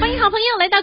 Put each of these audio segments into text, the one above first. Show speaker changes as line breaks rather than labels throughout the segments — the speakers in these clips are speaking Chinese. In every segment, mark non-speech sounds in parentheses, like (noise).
欢迎好朋友来到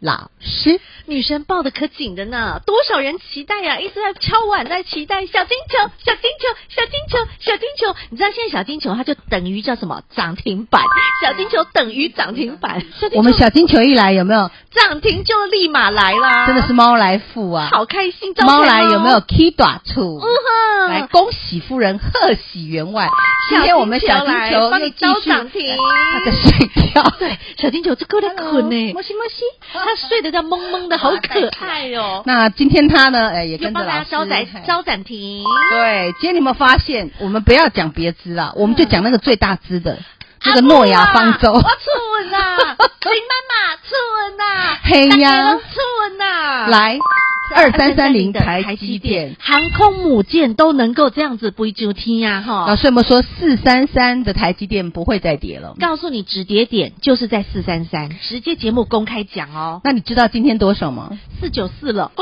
老师。
女神抱的可紧的呢，多少人期待呀、一直在敲碗在期待小金球，小金球，小金球，小金球。你知道现在小金球它就等于叫什么涨停板，小金球等于涨停板，小金球
我们小金球一来有没有？
涨停就立马来啦，
真的是猫来富啊！
好开心，招财
猫来有没有
猫？
key 短处？
嗯哼，
来恭喜夫人，贺喜员外！今天我们小金
来
球
帮
又
你
继
招
续哎
涨停。
他在睡觉。
对，小金球这够在困呢，
莫西莫西，
他睡得在蒙蒙的，好可爱哦。
那今天他呢？哎，也
又
跟着
帮大家
老师
招展
嘿
招展停，
对，今天你有没有发现，我们不要讲别枝了，我们就讲那个最大枝的，那个
嗯阿布啊
诺亚方舟
我。出啊呐，林
(laughs)
妈妈出呐，
嘿呀
出呐，
来，二三三零台积电，
航空母舰都能够这样子不就听呀
老
哈。
师有没有说四三三的台积电不会再跌了？
告诉你止跌点就是在四三三，直接节目公开讲哦，
那你知道今天多少吗？
四九四了，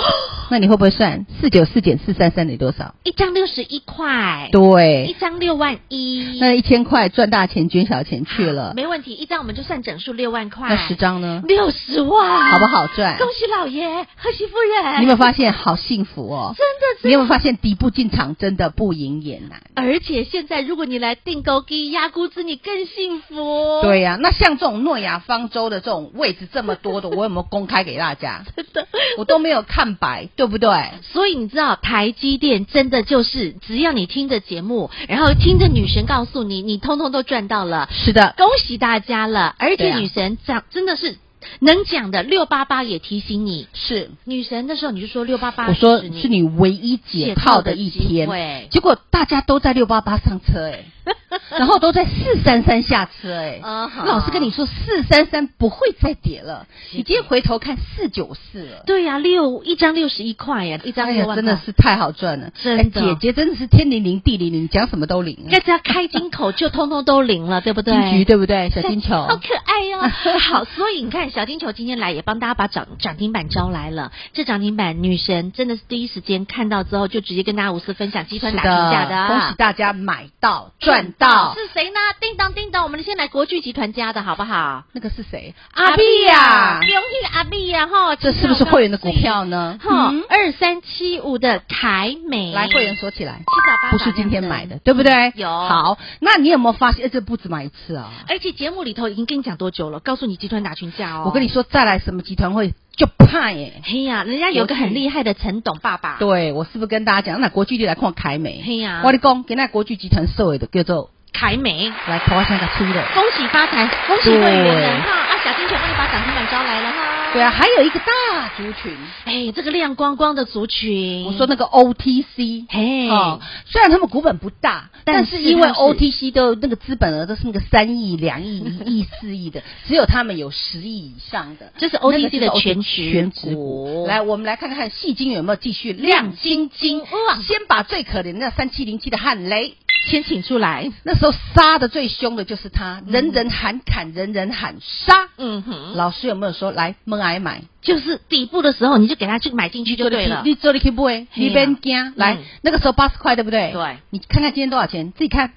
那你会不会算四九四减四三三等于多少？
一张六十一块，一
对，
张六万一，
那一千块赚大钱捐小钱去了，
(laughs) 没问题，一张我们就算整数六万块，
那十张呢？
六十万，
好不？好赚？
恭喜老爷，贺喜夫人，
你有没有发现好幸福哦？
真的
你
是？
有没有发现底部进场真的不赢啊也难？
而且现在如果你来订购给压估值，你更幸福。，
对呀、那像这种诺亚方舟的这种位置这么多的，我有没有公开给大家？
(laughs) 真的。
我都没有看白，对不对？
所以你知道台积电真的就是，只要你听着节目，然后听着女神告诉你，你通通都赚到了，
是的，
恭喜大家了！而
对
且
啊
女神讲、真的是能讲的，六八八也提醒你，
是。
女神那时候你就说六八八，
我说是你唯一解套的一
解套的机会
天，结果大家都在六八八上车
(laughs)
哎、然后都在四三三下车哎、
啊哈
老师跟你说四三三不会再跌了，
结果
你今天回头看四九四了，
对呀、六一张六十一块呀，一张
哎
六
呀，
万块、
真的是太好赚了，
真
哎
的
姐姐真的是天灵灵地灵灵，讲什么都灵啊，
该只要开金口就通通都灵了，对不对？哦
金桔对不对？小金球，
好可爱
(laughs)
哟、好，所以你看，小金球今天来也帮大家把涨涨停板招来了。这涨停板女神真的是第一时间看到之后，就直接跟大家无私分享，集团打
是
天下的啊，
恭喜大家买到赚到。
是谁呢？叮当叮当，我们先来国巨集团家的好不好？
那个是谁？啊
阿碧呀啊恭喜阿碧呀！哈，
这是不是会员的股？票呢？
哈
嗯，
二三七五的台美，
来会员锁起来，
七早八
不是今天买的，对不对？
有
好，那你有没有发现，哎这不止买一次啊？
而且节目里头已经跟你讲多久了，告诉你集团打群架哦。
我跟你说，再来什么集团会就怕耶。
嘿呀，人家有个很厉害的陈董爸爸，
对，我是不是跟大家讲，那国巨就来看凯美？
嘿呀
我跟你讲，给那国巨集团受的叫做
凯美，
来台湾香港出的。
恭喜发财，恭喜会员
对
人哈！啊，小金球帮你把涨停板招来了哈。
对啊，还有一个大族群，
哎，这个亮光光的族群，
我说那个 OTC，
嘿，
哦，虽然他们股本不大，
但
但
是
是因为
他是
OTC 都那个资本额都是那个三亿、两亿、一亿、四亿的，只有他们有十亿以上的，
这是
那
OTC
个就是
哦的
OTC
全哦值
全
股
值股。来，我们来看看戏精有没有继续
亮
亮
晶
晶
晶
晶
哇
先把最可怜的那三七零七的汉雷。
先请出来，
那时候杀的最凶的就是他，人人喊砍，人人喊杀。
嗯哼，
老师有没有说来闷挨买？
就是底部的时候你就给他去买进去就对了。
你做你去买，
嘿呀
你边惊来
嗯，
那个时候八十块对不对？
对，
你看看今天多少钱，自己看。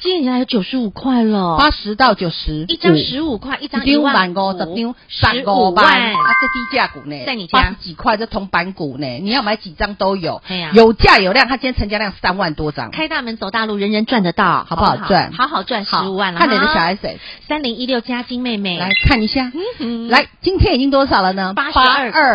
今天人家有九十五块了，
八十到九十，
哦
嗯
一张十五块，一张一
张
万
万
五，
五十张，
十
十
五
五
万
万，啊，这低价股呢，
在你家
八十几块，这铜板股呢，你要买几张都有
哎呀，
有价有量，它今天成交量三万多张，
开大门走大路，人人赚得到，
好不好赚
好好赚十
好
五万了。
看你的小孩谁，
三零一六加金妹妹
来看一下。
嗯
来，今天已经多少了呢？
82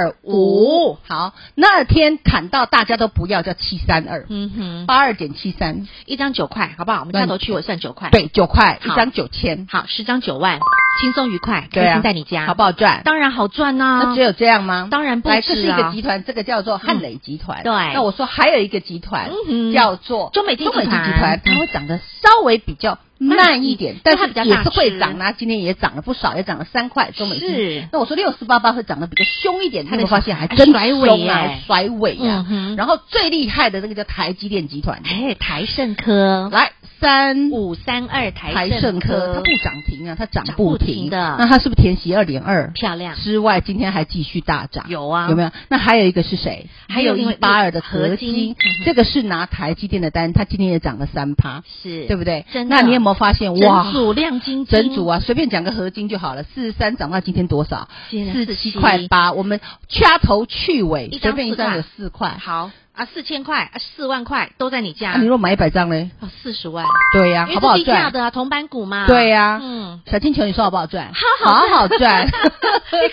嗯
五。好，那天砍到大家都不要，叫七三二，
嗯哼，
八二点七三。
一张九块，好不好？我们这样头去我算九块，，
对，九块一
哎好
张九千，
好，十张九万，轻松愉快，
对
开
啊
心带你家，
好不好赚？
当然好赚呐、
那只有这样
啊
吗？
当然不
来，这是
止
一个
啊
集，团，这个叫做汉磊集团。
对
那我说还有一个集团
嗯哼
叫做
中美金集
中美
团嗯
金集团，它会涨得稍微比较慢一点，
慢一点因
但是
为它比较
也
大
是会
只
涨啦。今天也涨了不少，也涨了三块。中美
是
金。那我说六四八八会涨得比较凶一点，你
它
有
的
没有发现还
还
真
甩尾
凶啊
耶，
甩尾
嗯
呀
哼。
然后最厉害的那个叫台积电集团，
哎，台盛科
来三
五三二台
台盛
盛
科，它
科
不涨停啊，它涨
涨不
不
停
停
的
那它是不是填息二点二？
漂亮，
之外，今天还继续大涨，
有啊
有没有？那还有一个是谁？
还有另
一
外
八二的合
合
金
金，
这个是拿台积电的单，它今天也涨了三趴，
是
对不对？
真的
那你有没有发现哇
整？组亮晶晶，
整组啊，随便讲个合金就好了，四十三涨到今天多少？
今天
四七
47
块八，我们掐头去尾，
一
随
张
便一
四块
张有四块。
好啊，四千块、啊四万块都在你家，
啊你如果买一百张嘞，
哦，四十万，
对呀、
因为
好不好
这低价
赚？
的啊，铜板股嘛，
对呀
嗯，
小金球，你说好不好赚？
好好赚
(laughs) 好
(laughs)
赚。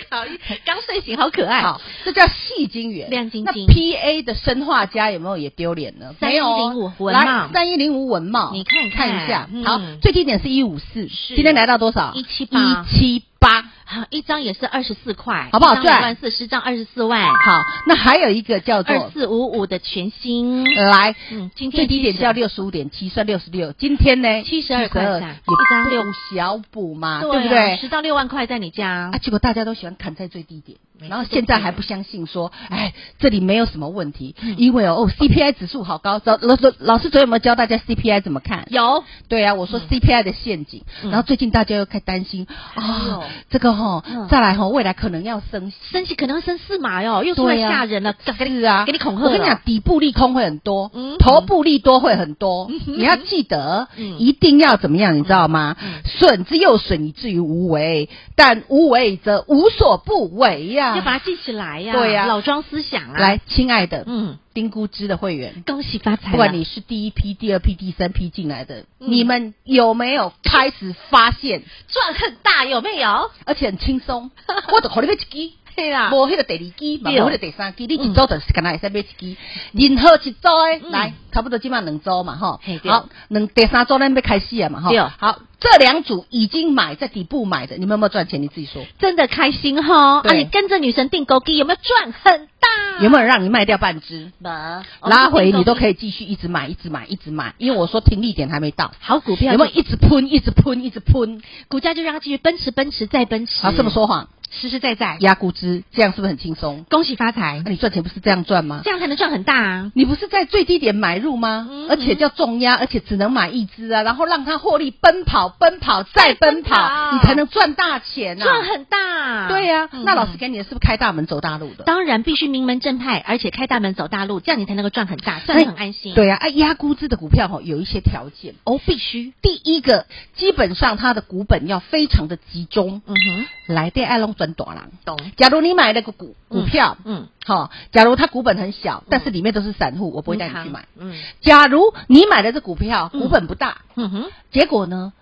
考虑刚睡醒，好可爱，
好，哎这叫戏精元，
亮晶晶
那 P A 的生化家有没有也丢脸呢？
3105
没有哦
文茂
来三一零五文茂，
你看看
看一下。
嗯
好，最低点是一五四，
是
今天来到多少？
178
一七八。
好，一张也是二十四块，
好不好
一张
赚
一万四，十张二十四万，
好，那还有一个叫
二
做
四五五的全新，
来，
嗯，今天
最低点叫六十五点七，算六十六。今天呢，
72块
也
钱一张
六小补嘛，
对
对不
啊
对？
十到六万块在你家
啊，，结果大家都喜欢砍在最低点，
没错
然后现在还不相信说，哎，这里没有什么问题，
嗯
因为哦哦，CPI 指数好高，老老老老师昨天有没有教大家 CPI 怎么看？
有
对啊，我说 CPI 的陷阱，
嗯哎
然后最近大家又开始担心
呦
啊，这个哈
嗯，
再来哈，未来可能要升息。
升息可能升四码哟，又出来
对啊
吓人了，
是啊，
给你恐吓了
我跟你讲，底部利空会很多，
嗯
头部利多会很多。你要记得，
嗯
一定要怎么样，你知道吗
嗯？
损之又损，以至于无为。但无为则无所不为呀、
要把它记起来呀，
对呀
老庄思想啊，，
来，亲爱的
嗯，
丁菇汁的会员，
恭喜发财啦，
不管你是第一批、第二批、第三批进来的，
嗯
你们有没有开始发现，
赚很大，有没有？
而且很轻
(laughs)
松？我都可你买一支。
对啦，
无迄个第二支，
啊
嘛
对哦
无迄个第三支，你一组就是干那会使买一支，任何一组诶，
嗯
来差不多即满两组嘛吼
嘿，对
好，两第三组咱要开始啊嘛吼
对，哦
好，这两组已经买在底部买的，你们有没有赚钱？你自己说，
真的开心哈！啊，
对
你跟着女神订购机有没有赚很大？
有没有让你卖掉半只？
没有
拉回你都可
以。
以继续一直买，一直买，一直买，因为我说停利点还没到，
好股票
有没有一直喷，一直喷，一直喷？
股价就让它继续奔驰奔驰再奔驰。
啊好，这么说谎，
实实在在，
压估值，这样是不是很轻松？啊
恭喜发财
那，你赚钱不是这样赚吗？
这样才能赚很大啊！
你不是在最低点买入吗？
嗯
而且叫重压，而且只能买一只啊，然后让它获利奔跑、奔跑再奔跑，
再奔跑
你才能赚大钱啊！啊
赚很大，
对呀、
嗯
那老师给你的是不是开大门走大路的？
当然必须名门正派，而且开大门走大路，这样你才能够赚很大，赚得很安心。，
对呀、啊，压估值的股票哈、有一些条件哦，必须。第一个，基本上它的股本要非常的集中，
嗯哼，
来电爱龙转短郎。
懂。
假如你买了个股股票，
嗯，
好、假如它股本很小，但是里面都是散户，我不会带你去买。
嗯
假如你买的这股票
嗯
股本不大，
嗯哼，
结果呢，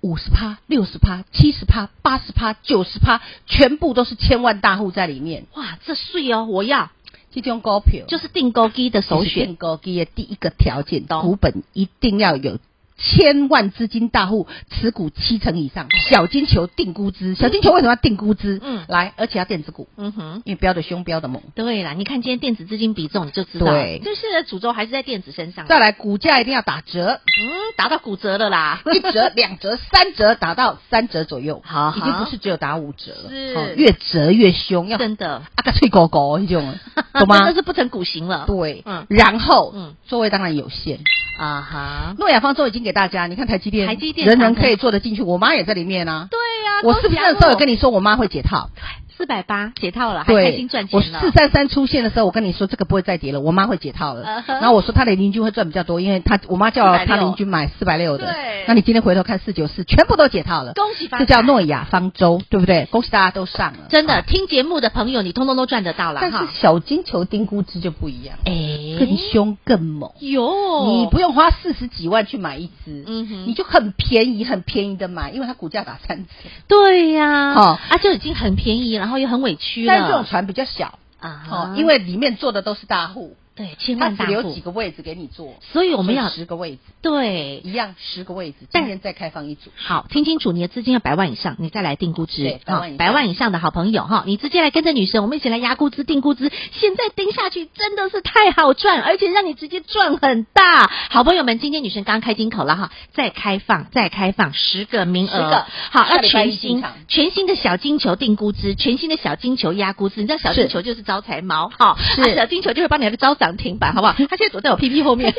五十趴、六十趴、七十趴、八十趴、九十趴，全部都是千万大户在里面。
哇，这税哦，我要
这种股票
就是订购机的首选，
定高基的第一个条件，
懂
股本一定要有。千万资金大户持股七成以上，小金球定估值，小金球为什么要定估值？
嗯
来，而且要电子股，
嗯哼。
因为标的凶，标的猛。
对啦，你看今天电子资金比重，你就知道，
对
就是呢主轴还是在电子身上。
再来，股价一定要打折，
嗯，达到骨折了啦。 (laughs)
一折、两折、三折，打到三折左右。
好
已经不是只有打五折了，
是
好越折越凶，要
真的，
啊个脆狗狗
(laughs)
那种，懂吗
真的？是不成骨形了。
对，
嗯
然后
嗯
座位当然有限。
啊哈，
诺亚方舟已经给大家，你看台积电，
台积电
人人
长城
可以坐得进去，我妈也在里面啊。
对呀、
我是不是那时候有跟
你
你说我妈会解套？
四百八解套哦了，还开
对
心赚，钱
我
了？
四三三出现的时候，我跟你说这个不会再跌了，我妈会解套了。
嗯哼
然后我说她的邻居会赚比较多，因为她我妈叫
460
她邻居买四百六的
对。
那你今天回头看四九四，全部都解套了，
恭喜发财
这叫诺亚方舟，对不对？恭喜大家都上了。
真的听节目的朋友，你通通都赚得到了
但
哈
是。小金球丁估值就不一样，
哎，
更凶更猛。
有
你不用花四十几万去买一只，
哦嗯哼
你就很便宜、很便宜的买，因为它股价打三折。
对呀、
哦
啊，就已经很便宜，然后又很委屈了。
但这种船比较小，哦
啊哈，
哦，因为里面坐的都是大户，
对，千
它
万
只
大
留
户
几，个位置给你坐，
所以我们
就
要嗯
十个位置，
对
一样十个位置，
但
今天再开放一组。
好，听清楚，你的资金要百万以上，你再来定估值啊
对百万以上
百万以上的好朋友哈，你直接来跟着女神，我们一起来压估值、定估值。现在盯下去真的是太好赚，而且让你直接赚很大。好朋友们，今天女神刚开金口了哈，再开放，再开放十个名额，
十个
好，
下
要
礼拜
全
一进
新
场
全新的小金球定估值，全新的小金球压估值。你知道小金
是
球就是招财猫哈，
是
啊小金球就会帮你来招涨停板，好不好？它现在躲在我屁屁后面，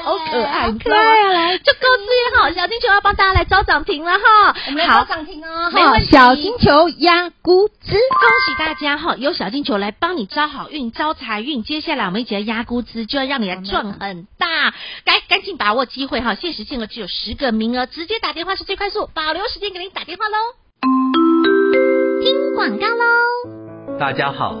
(laughs) 好可爱，你知道吗
来，
就够吃哈，小金球要帮大家来招涨停了哈。
我们来
好
报，涨停哦，
没问题
小金球压估值，
恭喜大家哈，有小金球来帮你招好运、招财运。接下来我们一起来压估值，就要让你来赚很大，赶赶紧把握机会哈！限时限额只有十个名额，直接打电话是最快速，保留时间给您打电话喽。听广告喽。
大家好，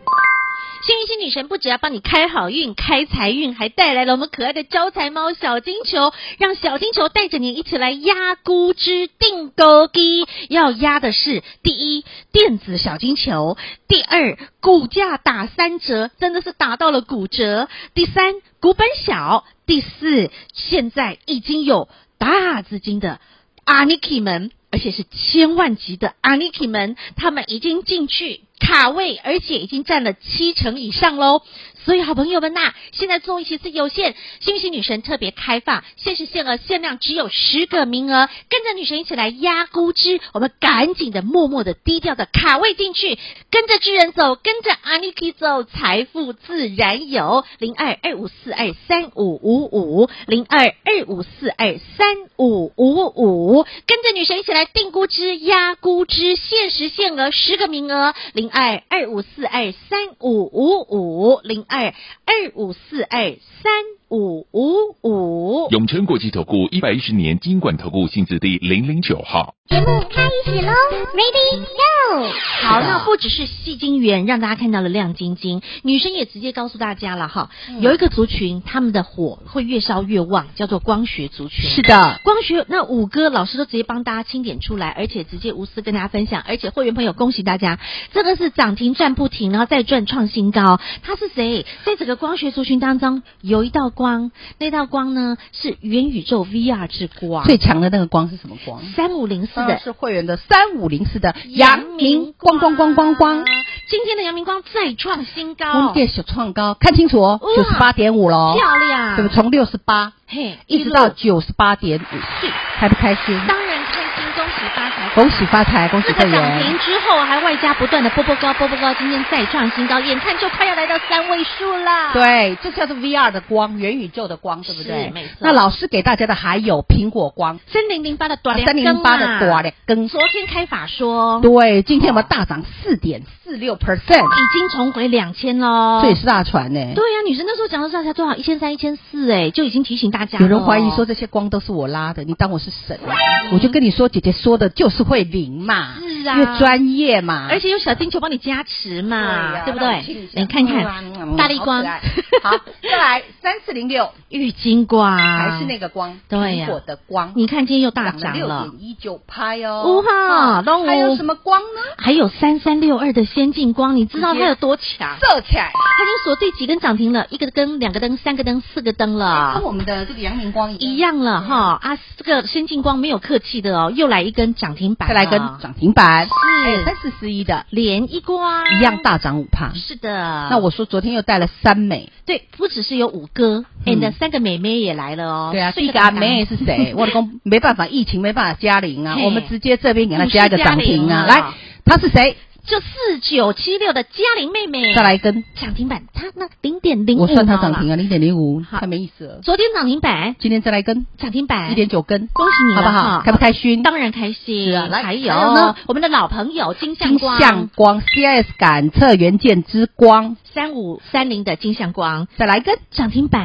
幸运星女神不只要帮你开好运、开财运，还带来了我们可爱的招财猫小金球，让小金球带着你一起来压估值定勾机。要压的是第一电子小金球，第二股价打三折，真的是打到了骨折。第三股本小，第四现在已经有大资金的阿尼基们，而且是千万级的阿尼基们，他们已经进去卡位，而且已经占了七成以上喽。所以，好朋友们呐、现在座位席次有限，幸运星女神特别开放，限时限额限量只有十个名额，跟着女神一起来压估值，我们赶紧的、默默的、低调的卡位进去，跟着巨人走，跟着阿尼基走，财富自然有。零二二五四二三五五五，零二二五四二三五五五，跟着女神一起来定估值、压估值，限时限额十个名额，零二二五四二三五五五，零二二五四二三五五五。
永诚国际投顾一百一十年金管投顾性质第零零九号。
好，那不只是戏精元让大家看到了亮晶晶，女生也直接告诉大家了哈，有一个族群他们的火会越烧越旺，叫做光学族群。
是的，
光学那五哥老师都直接帮大家清点出来，而且直接无私跟大家分享，而且会员朋友恭喜大家，这个是涨停赚不停，然后再赚创新高。他是谁？在整个光学族群当中，有一道光，那道光呢是元宇宙 VR 之光，
最强的那个光是什么光？
三五零四
当
的
然嗯是会员的三五零四的阳明光光光光光，
今天的阳明光再创新
我
高
们，店小创高，看清楚哦，九十
哦哇
八点五喽，
漂亮，
对不对？从六十八
嘿，
一直
路
到九十八点五，开不开心？
当然开心，恭喜发财。
恭喜发财，恭喜
这
会
个涨停
员！
之后，还外加不断的波波高，波波高，今天再创新高，眼看就快要来到三位数啦。，
对，这叫做 VR 的光，元宇宙的光，对不对？
啊是没错
那老师给大家的还有苹果光，
三零零八的短
啊三零零八的短
两
两根。
昨天开法说
对，今天我们大涨四点四六 percent，
已经重回两千喽。
这也是大船呢、
对呀、女生那时候讲到大家多少一千三、一千四，哎，就已经提醒大家了。
有人怀疑说这些光都是我拉的，你当我是神啊？我就跟你说，姐姐说的就是会灵嘛，
是啊，
越专业嘛，
而且有小金球帮你加持嘛，
啊呀
不
让我亲
对
一？下
你看看、
嗯嗯嗯
大力光
好可爱，
(laughs)
好，再来三四零六
郁金光，
还是那个光，
啊对呀
苹果的光，
你看今天又大涨
六
了
点。一九拍哦，
呜哈
啊
拢有
还有什么光呢？
还有三三六二的先进光，你知道它有多强？它
色彩，
已经锁定几根涨停了，一个灯、两个灯、三个灯、四个灯
跟
了，
哎我们的这个阳明光
啊一。样了哈。啊，这个先进光没有客气的哦，又来一根涨停板
再
了，
来跟涨停板，
是
三四四一的
连一光
一样。大涨五帕。
是啊的，
那我说昨天又带了三美，
对不只是有五哥
嗯
，and 三个妹妹也来了哦。
对啊，
睡
第一
得
个阿
很香
妹是
(laughs)
谁？我老公没办法，疫情没办法加零啊，
嘿
我们直接这边给他加一个涨停啊。
股市加零啊
来，他是谁？
就四九七六的嘉玲妹妹，
再来一根，
涨停板，它那零点嗯零五，
我算它涨停啊，零点零五，
好哎
太没意思了。
昨天涨停板，
今天再来一根，
涨停板
一点九根，
恭喜你
好
了
不好？
哈
开不开心？
当然开心。
是啊来
还有
还有呢
我们的老朋友金相
金
光，
相光 CIS 感测元件之光，
三五三零的金相光
再来一根。
涨停板，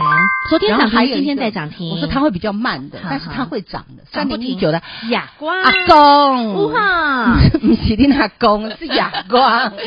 昨天
然后
涨
还
停，
有一
今天
个
再涨停。
我说它会比较慢的，
哈哈
但是它会涨的。
涨
三
不
零一
停
九的
哑光，
阿公
呜，哈，
(laughs) 不是你阿公，是哑光。
(laughs)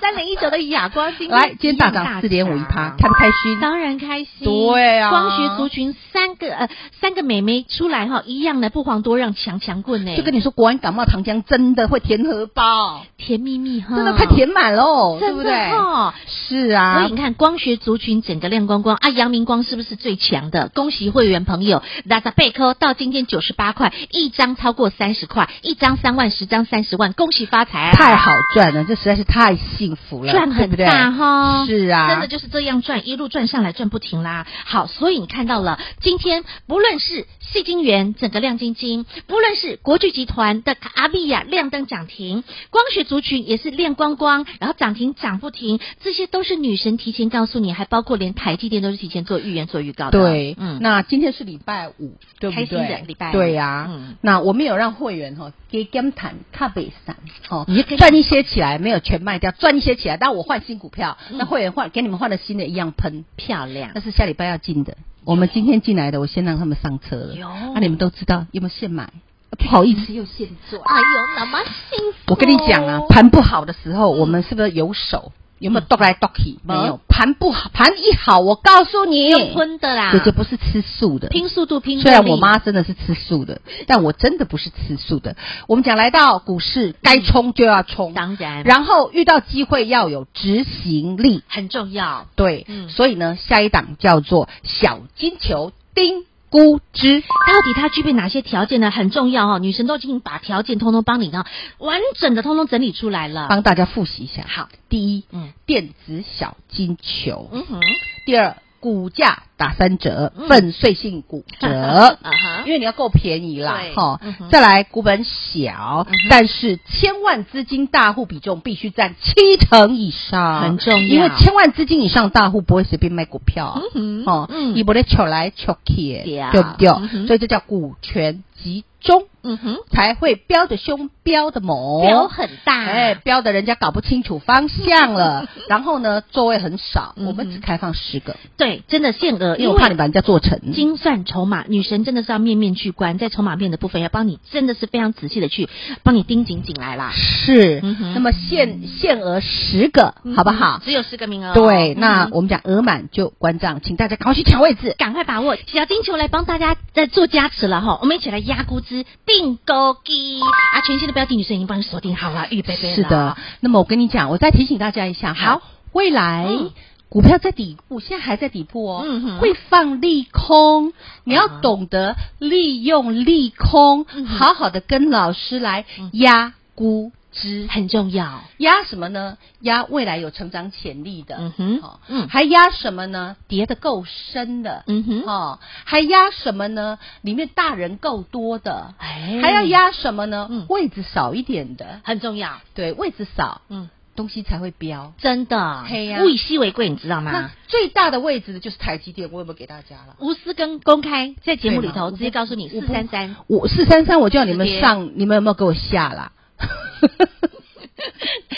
三零一九的哑光今
来，今天大涨四点五一趴，开不开心？
当然开心，
对啊
光学族群三个呃三个美眉出来哈，一样的不遑多让，强强棍呢，
就跟你说，国安感冒糖浆真的会甜荷包，
甜蜜蜜哈，
真的快，填满喽，
嗯
对
真
不
的哦
对？
哈。
是
所
啊
以，你看，光学族群整个亮光光啊，阳明光是不是最强的？恭喜会员朋友，拉扎贝科到今天九十八块，一张超过三十块，一张三万，十张三十万，恭喜发财、啊！
太好赚了，这实在是太幸福了，
赚
对
很
不对
大哈，
是啊，
真的就是这样赚，一路赚上来赚不停啦。好，所以你看到了，今天不论是细晶圆整个亮晶晶，不论是国巨集团的卡阿比亚亮灯涨停，光学族群也是亮光光，然后涨停涨不停，这些都是女神提前告诉你，还包括连台积电都是提前做预言做预告的。
对，
嗯，
那今天是礼拜五，对不
开
对？
心的礼拜五
对呀、
嗯
那我们有让会员哈给减谈卡北散哦
你就可以，
赚一些起来，没有全卖掉，赚一些起来，但我换新股票，
嗯
那会员换给你们换了新的一样喷，
漂亮
那，是下礼拜要进的。我们今天进来的，我先让他们上车了。
有
那、你们都知道有没有现买？啊不好意思，又现做。
哎呦，那么幸福、
我跟你讲啊，盘不好的时候，我们是不是有手？有没有动来动去？
没
没有。盘不好，盘一好，我告诉你，
用吞的啦
姐，姐不是吃素的，
拼速度拼
虽然
动
我
力
妈真的是吃素 (laughs) 的，但我真的不是吃素的。我们讲来到股市，该冲就要冲，
当然
然后遇到机会要有执行力。
很重要。
对，
嗯
所以呢，下一档叫做小金球丁菇汁，
到底它具备哪些条件呢？很重要哦，女神都已经把条件通通帮你呢，完整的通通整理出来了。
帮大家复习一下。
好，
第一，
嗯
电子小金球；
嗯哼，
第二，股价打三折
嗯，。
粉碎性骨
(laughs)
折
啊哈
因，为你要够便宜啦
对，
哈
嗯哼。嗯
再来，股本小，但是千万资金大户比重必须占七成以上，
很重要
因为千万资金以上大户不会随便卖股票啊，
嗯哼
哦
嗯，
你不得求来求去
对啊
的，对不
嗯哼
对？所以这叫股权集中，
嗯哼，
才会标的凶，标的猛，
标很大，
哎，标的人家搞不清楚方向
(laughs)
了。然后呢，座位很少，
嗯哼
我们只开放十个，
对，真的限额，
因为
因
我怕你
为。
把人家做成。
精算筹码，女神真的是要面面俱观，在筹码面的部分要帮你，真的是非常仔细的去帮你盯紧紧来啦。
是，
嗯哼
那么限限额十个，好不
嗯
好？
只有十个名额哦。
对，
嗯
那我们讲额满就关账，请大家赶快去抢位置。
赶快把握小金球来帮大家在做加持了哈，我们一起来压估值定钩机啊！全新的标的女神已经帮你锁定好了，预备备了。
是的，，那么我跟你讲，我再提醒大家一下哈，
好
未来。
嗯
股票在底部，现在还在底部哦，
嗯哼
会放利空，你要懂得利用利空，
嗯哼
好好的跟老师来压估值，
很重要。
压什么呢？压未来有成长潜力的，
嗯哼
哦，
嗯
还压什么呢？跌得够深的，
嗯哼，
哦，还压什么呢？里面大人够多的，
哎
还要压什么呢？
嗯
位置少一点的，
很重要。
对，位置少，
嗯，
东西才会飙。
真的，
嘿呀
物以稀为贵，你知道
那
吗？
最大的位置的就是台积电，我有没有给大家了？
无私跟公开在节目里
对嘛
头
啊
直接告诉你
我
四
不
三三，
我四三三，我叫你
直接
们上，你们有没有给我下 (laughs) 啦？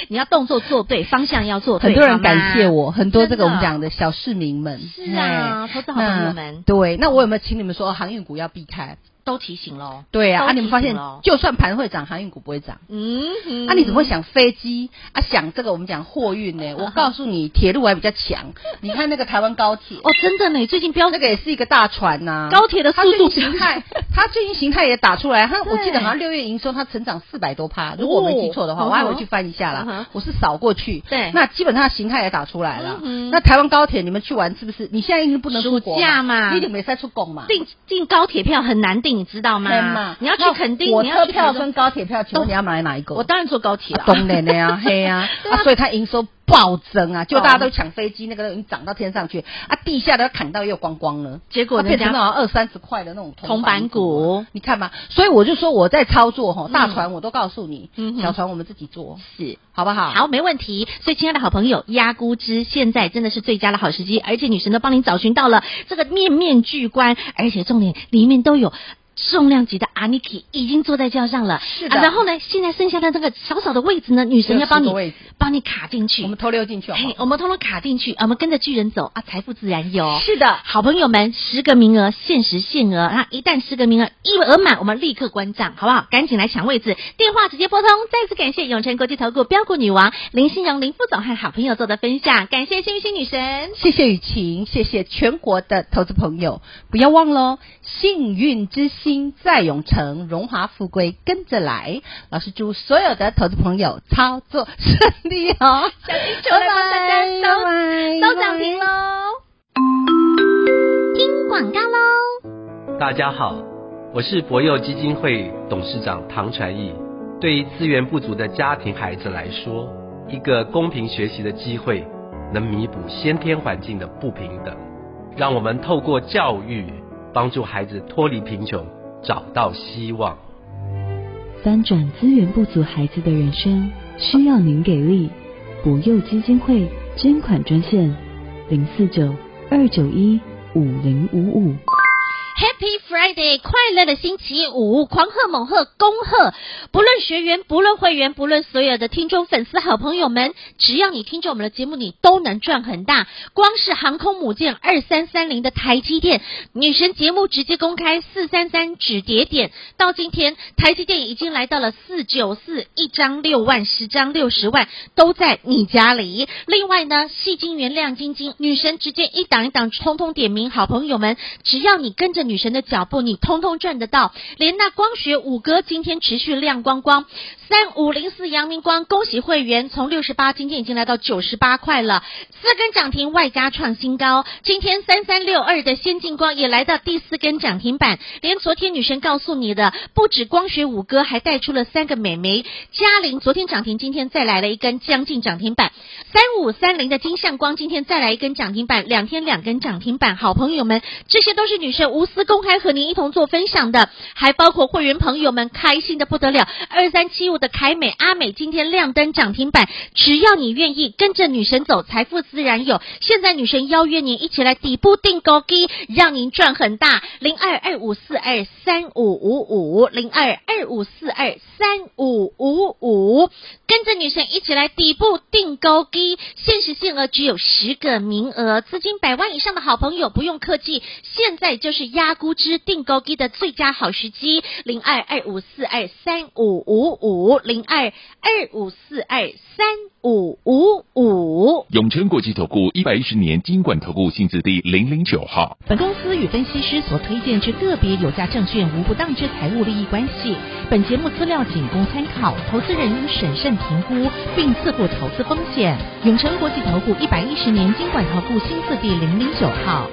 你要动作做对，方向要做对。
很多
好
人
吗
感谢我，很多这个我们
真的
讲的小市民们，
是啊
哎
投资好朋友
那
们
对，那我有没有请你们说哦航运股要避开？
都提醒喽。
对啊，
都
啊，你们发
提
现
醒咯
就算盘会涨，航运股不会涨。
嗯哼，
啊，你怎么会想飞机啊？想这个我们讲货运 (laughs) 呢？我告诉你，铁路还比较强。你看那个台湾高铁，
哦，真的呢，最近标
那个也是一个大船呐、
高铁的速
它最
度
近形
(laughs)
态，它最近形态也打出来。它我记
对
得好像六月营收它成长四百多趴，如果我没记错的话，
哦
我还回去翻一下
嗯哼
啦。我是扫过去，
对
那基本上它形态也打出来了
嗯哼。
那台湾高铁你们去玩是不是？你现在一定不能出国
暑假嘛
你一定没在出国嘛。
订订高铁票很难订，你知道
天
吗
嘛？
你要去
那
垦丁，
火
你要
车
去
票
垦丁
跟高铁票，请问
都
你要买哪一个？
我当然坐高铁
啊
了，
当然的呀，嘿呀，
对啊嗯
啊，所以它营收暴增啊，就大家都抢飞机，那个都已经涨到天上去啊，地下的砍到又光光了。
(laughs) 结果
它啊变
人
成
家
那种二三十块的那种
铜板
啊
股
你看嘛，所以我就说我在操作哈，
嗯
大船我都告诉你
嗯，哼
小船我们自己做，
是。
好不好？
好，没问题。所以，亲爱的好朋友，压估值现在真的是最佳的好时机，而且女神都帮您找寻到了， (laughs) 这个面面俱观，而且重点里面都有。重量级的阿尼基已经坐在轿上了，
是的
啊。然后呢，现在剩下的那个少少的位置呢，女神要帮
只有10个位
你
置
帮你卡进去。
我们偷溜进去好不好
嘿，哎我们通通卡进去，啊我们跟着巨人走啊，财富自然有。
是的
好朋友们，十个名额限时限额，那一旦十个名额一额满，我们立刻关账，好不好？赶紧来抢位置，电话直接拨通。再次感谢永诚国际投顾标股女王林心荣林副总和好朋友做的分享，感谢幸运星女神。
谢谢雨晴，谢谢全国的投资朋友，不要忘喽！幸运之星在永城，荣华富贵跟着来。老师祝所有的投资朋友操作顺利哦！
小金球来帮大家收收涨停喽，听广告喽。
大家好，我是博幼基金会董事长唐传义。对于资源不足的家庭孩子来说，一个公平学习的机会，能弥补先天环境的不平等。让我们透过教育，帮助孩子脱离贫穷，找到希望。
翻转资源不足孩子的人生，需要您给力。补幼基金会捐款专线：零四九二九一五零五五。
Happy Friday，快乐的星期五！狂贺猛贺恭贺！不论学员，不论会员，不论所有的听众、粉丝、好朋友们，只要你听着我们的节目，你都能赚很大。光是航空母舰二三三零的台积电，女神节目直接公开四三三止跌点，到今天台积电已经来到了四九四，一张六万，十张六十万，都在你家里。另外呢，戏精原亮晶晶，女神直接一档一档，通通点名好朋友们，只要你跟着女神的脚步，你通通赚得到。连那光学五哥今天持续亮光光，三五零四阳明光，恭喜会员从六十八今天已经来到九十八块了，四根涨停外加创新高。今天三三六二的先进光也来到第四根涨停板，连昨天女神告诉你的，不止光学五哥，还带出了三个美眉。嘉玲昨天涨停，今天再来了一根将近涨停板。三五三零的金相光今天再来一根涨停板，两天两根涨停板。好朋友们，这些都是女神无私公开和您一同做分享的，还包括会员朋友们开心的不得了。二三七五的凯美阿美今天亮灯涨停板，只要你愿意跟着女神走，财富自然有。现在女神邀约您一起来底部定高低，让您赚很大。零二二五四二三五五五，零二二五四二三五五五，跟着女神一起来底部定高低，限时限额只有十个名额，资金百万以上的好朋友不用客气，现在就是压估值定高低的最佳好时机。零二二五四二三五五五，零二二五四二三五五五。
永诚国际投顾一百一十年金管投顾性质第零零九号。
本公司与分析师所推荐之个别有价证券无不当之财务利益关系。本节目资料仅供参考，投资人应审慎评估并自负投资风险。永诚国际投顾一百一十年经管投顾新字第零零九号。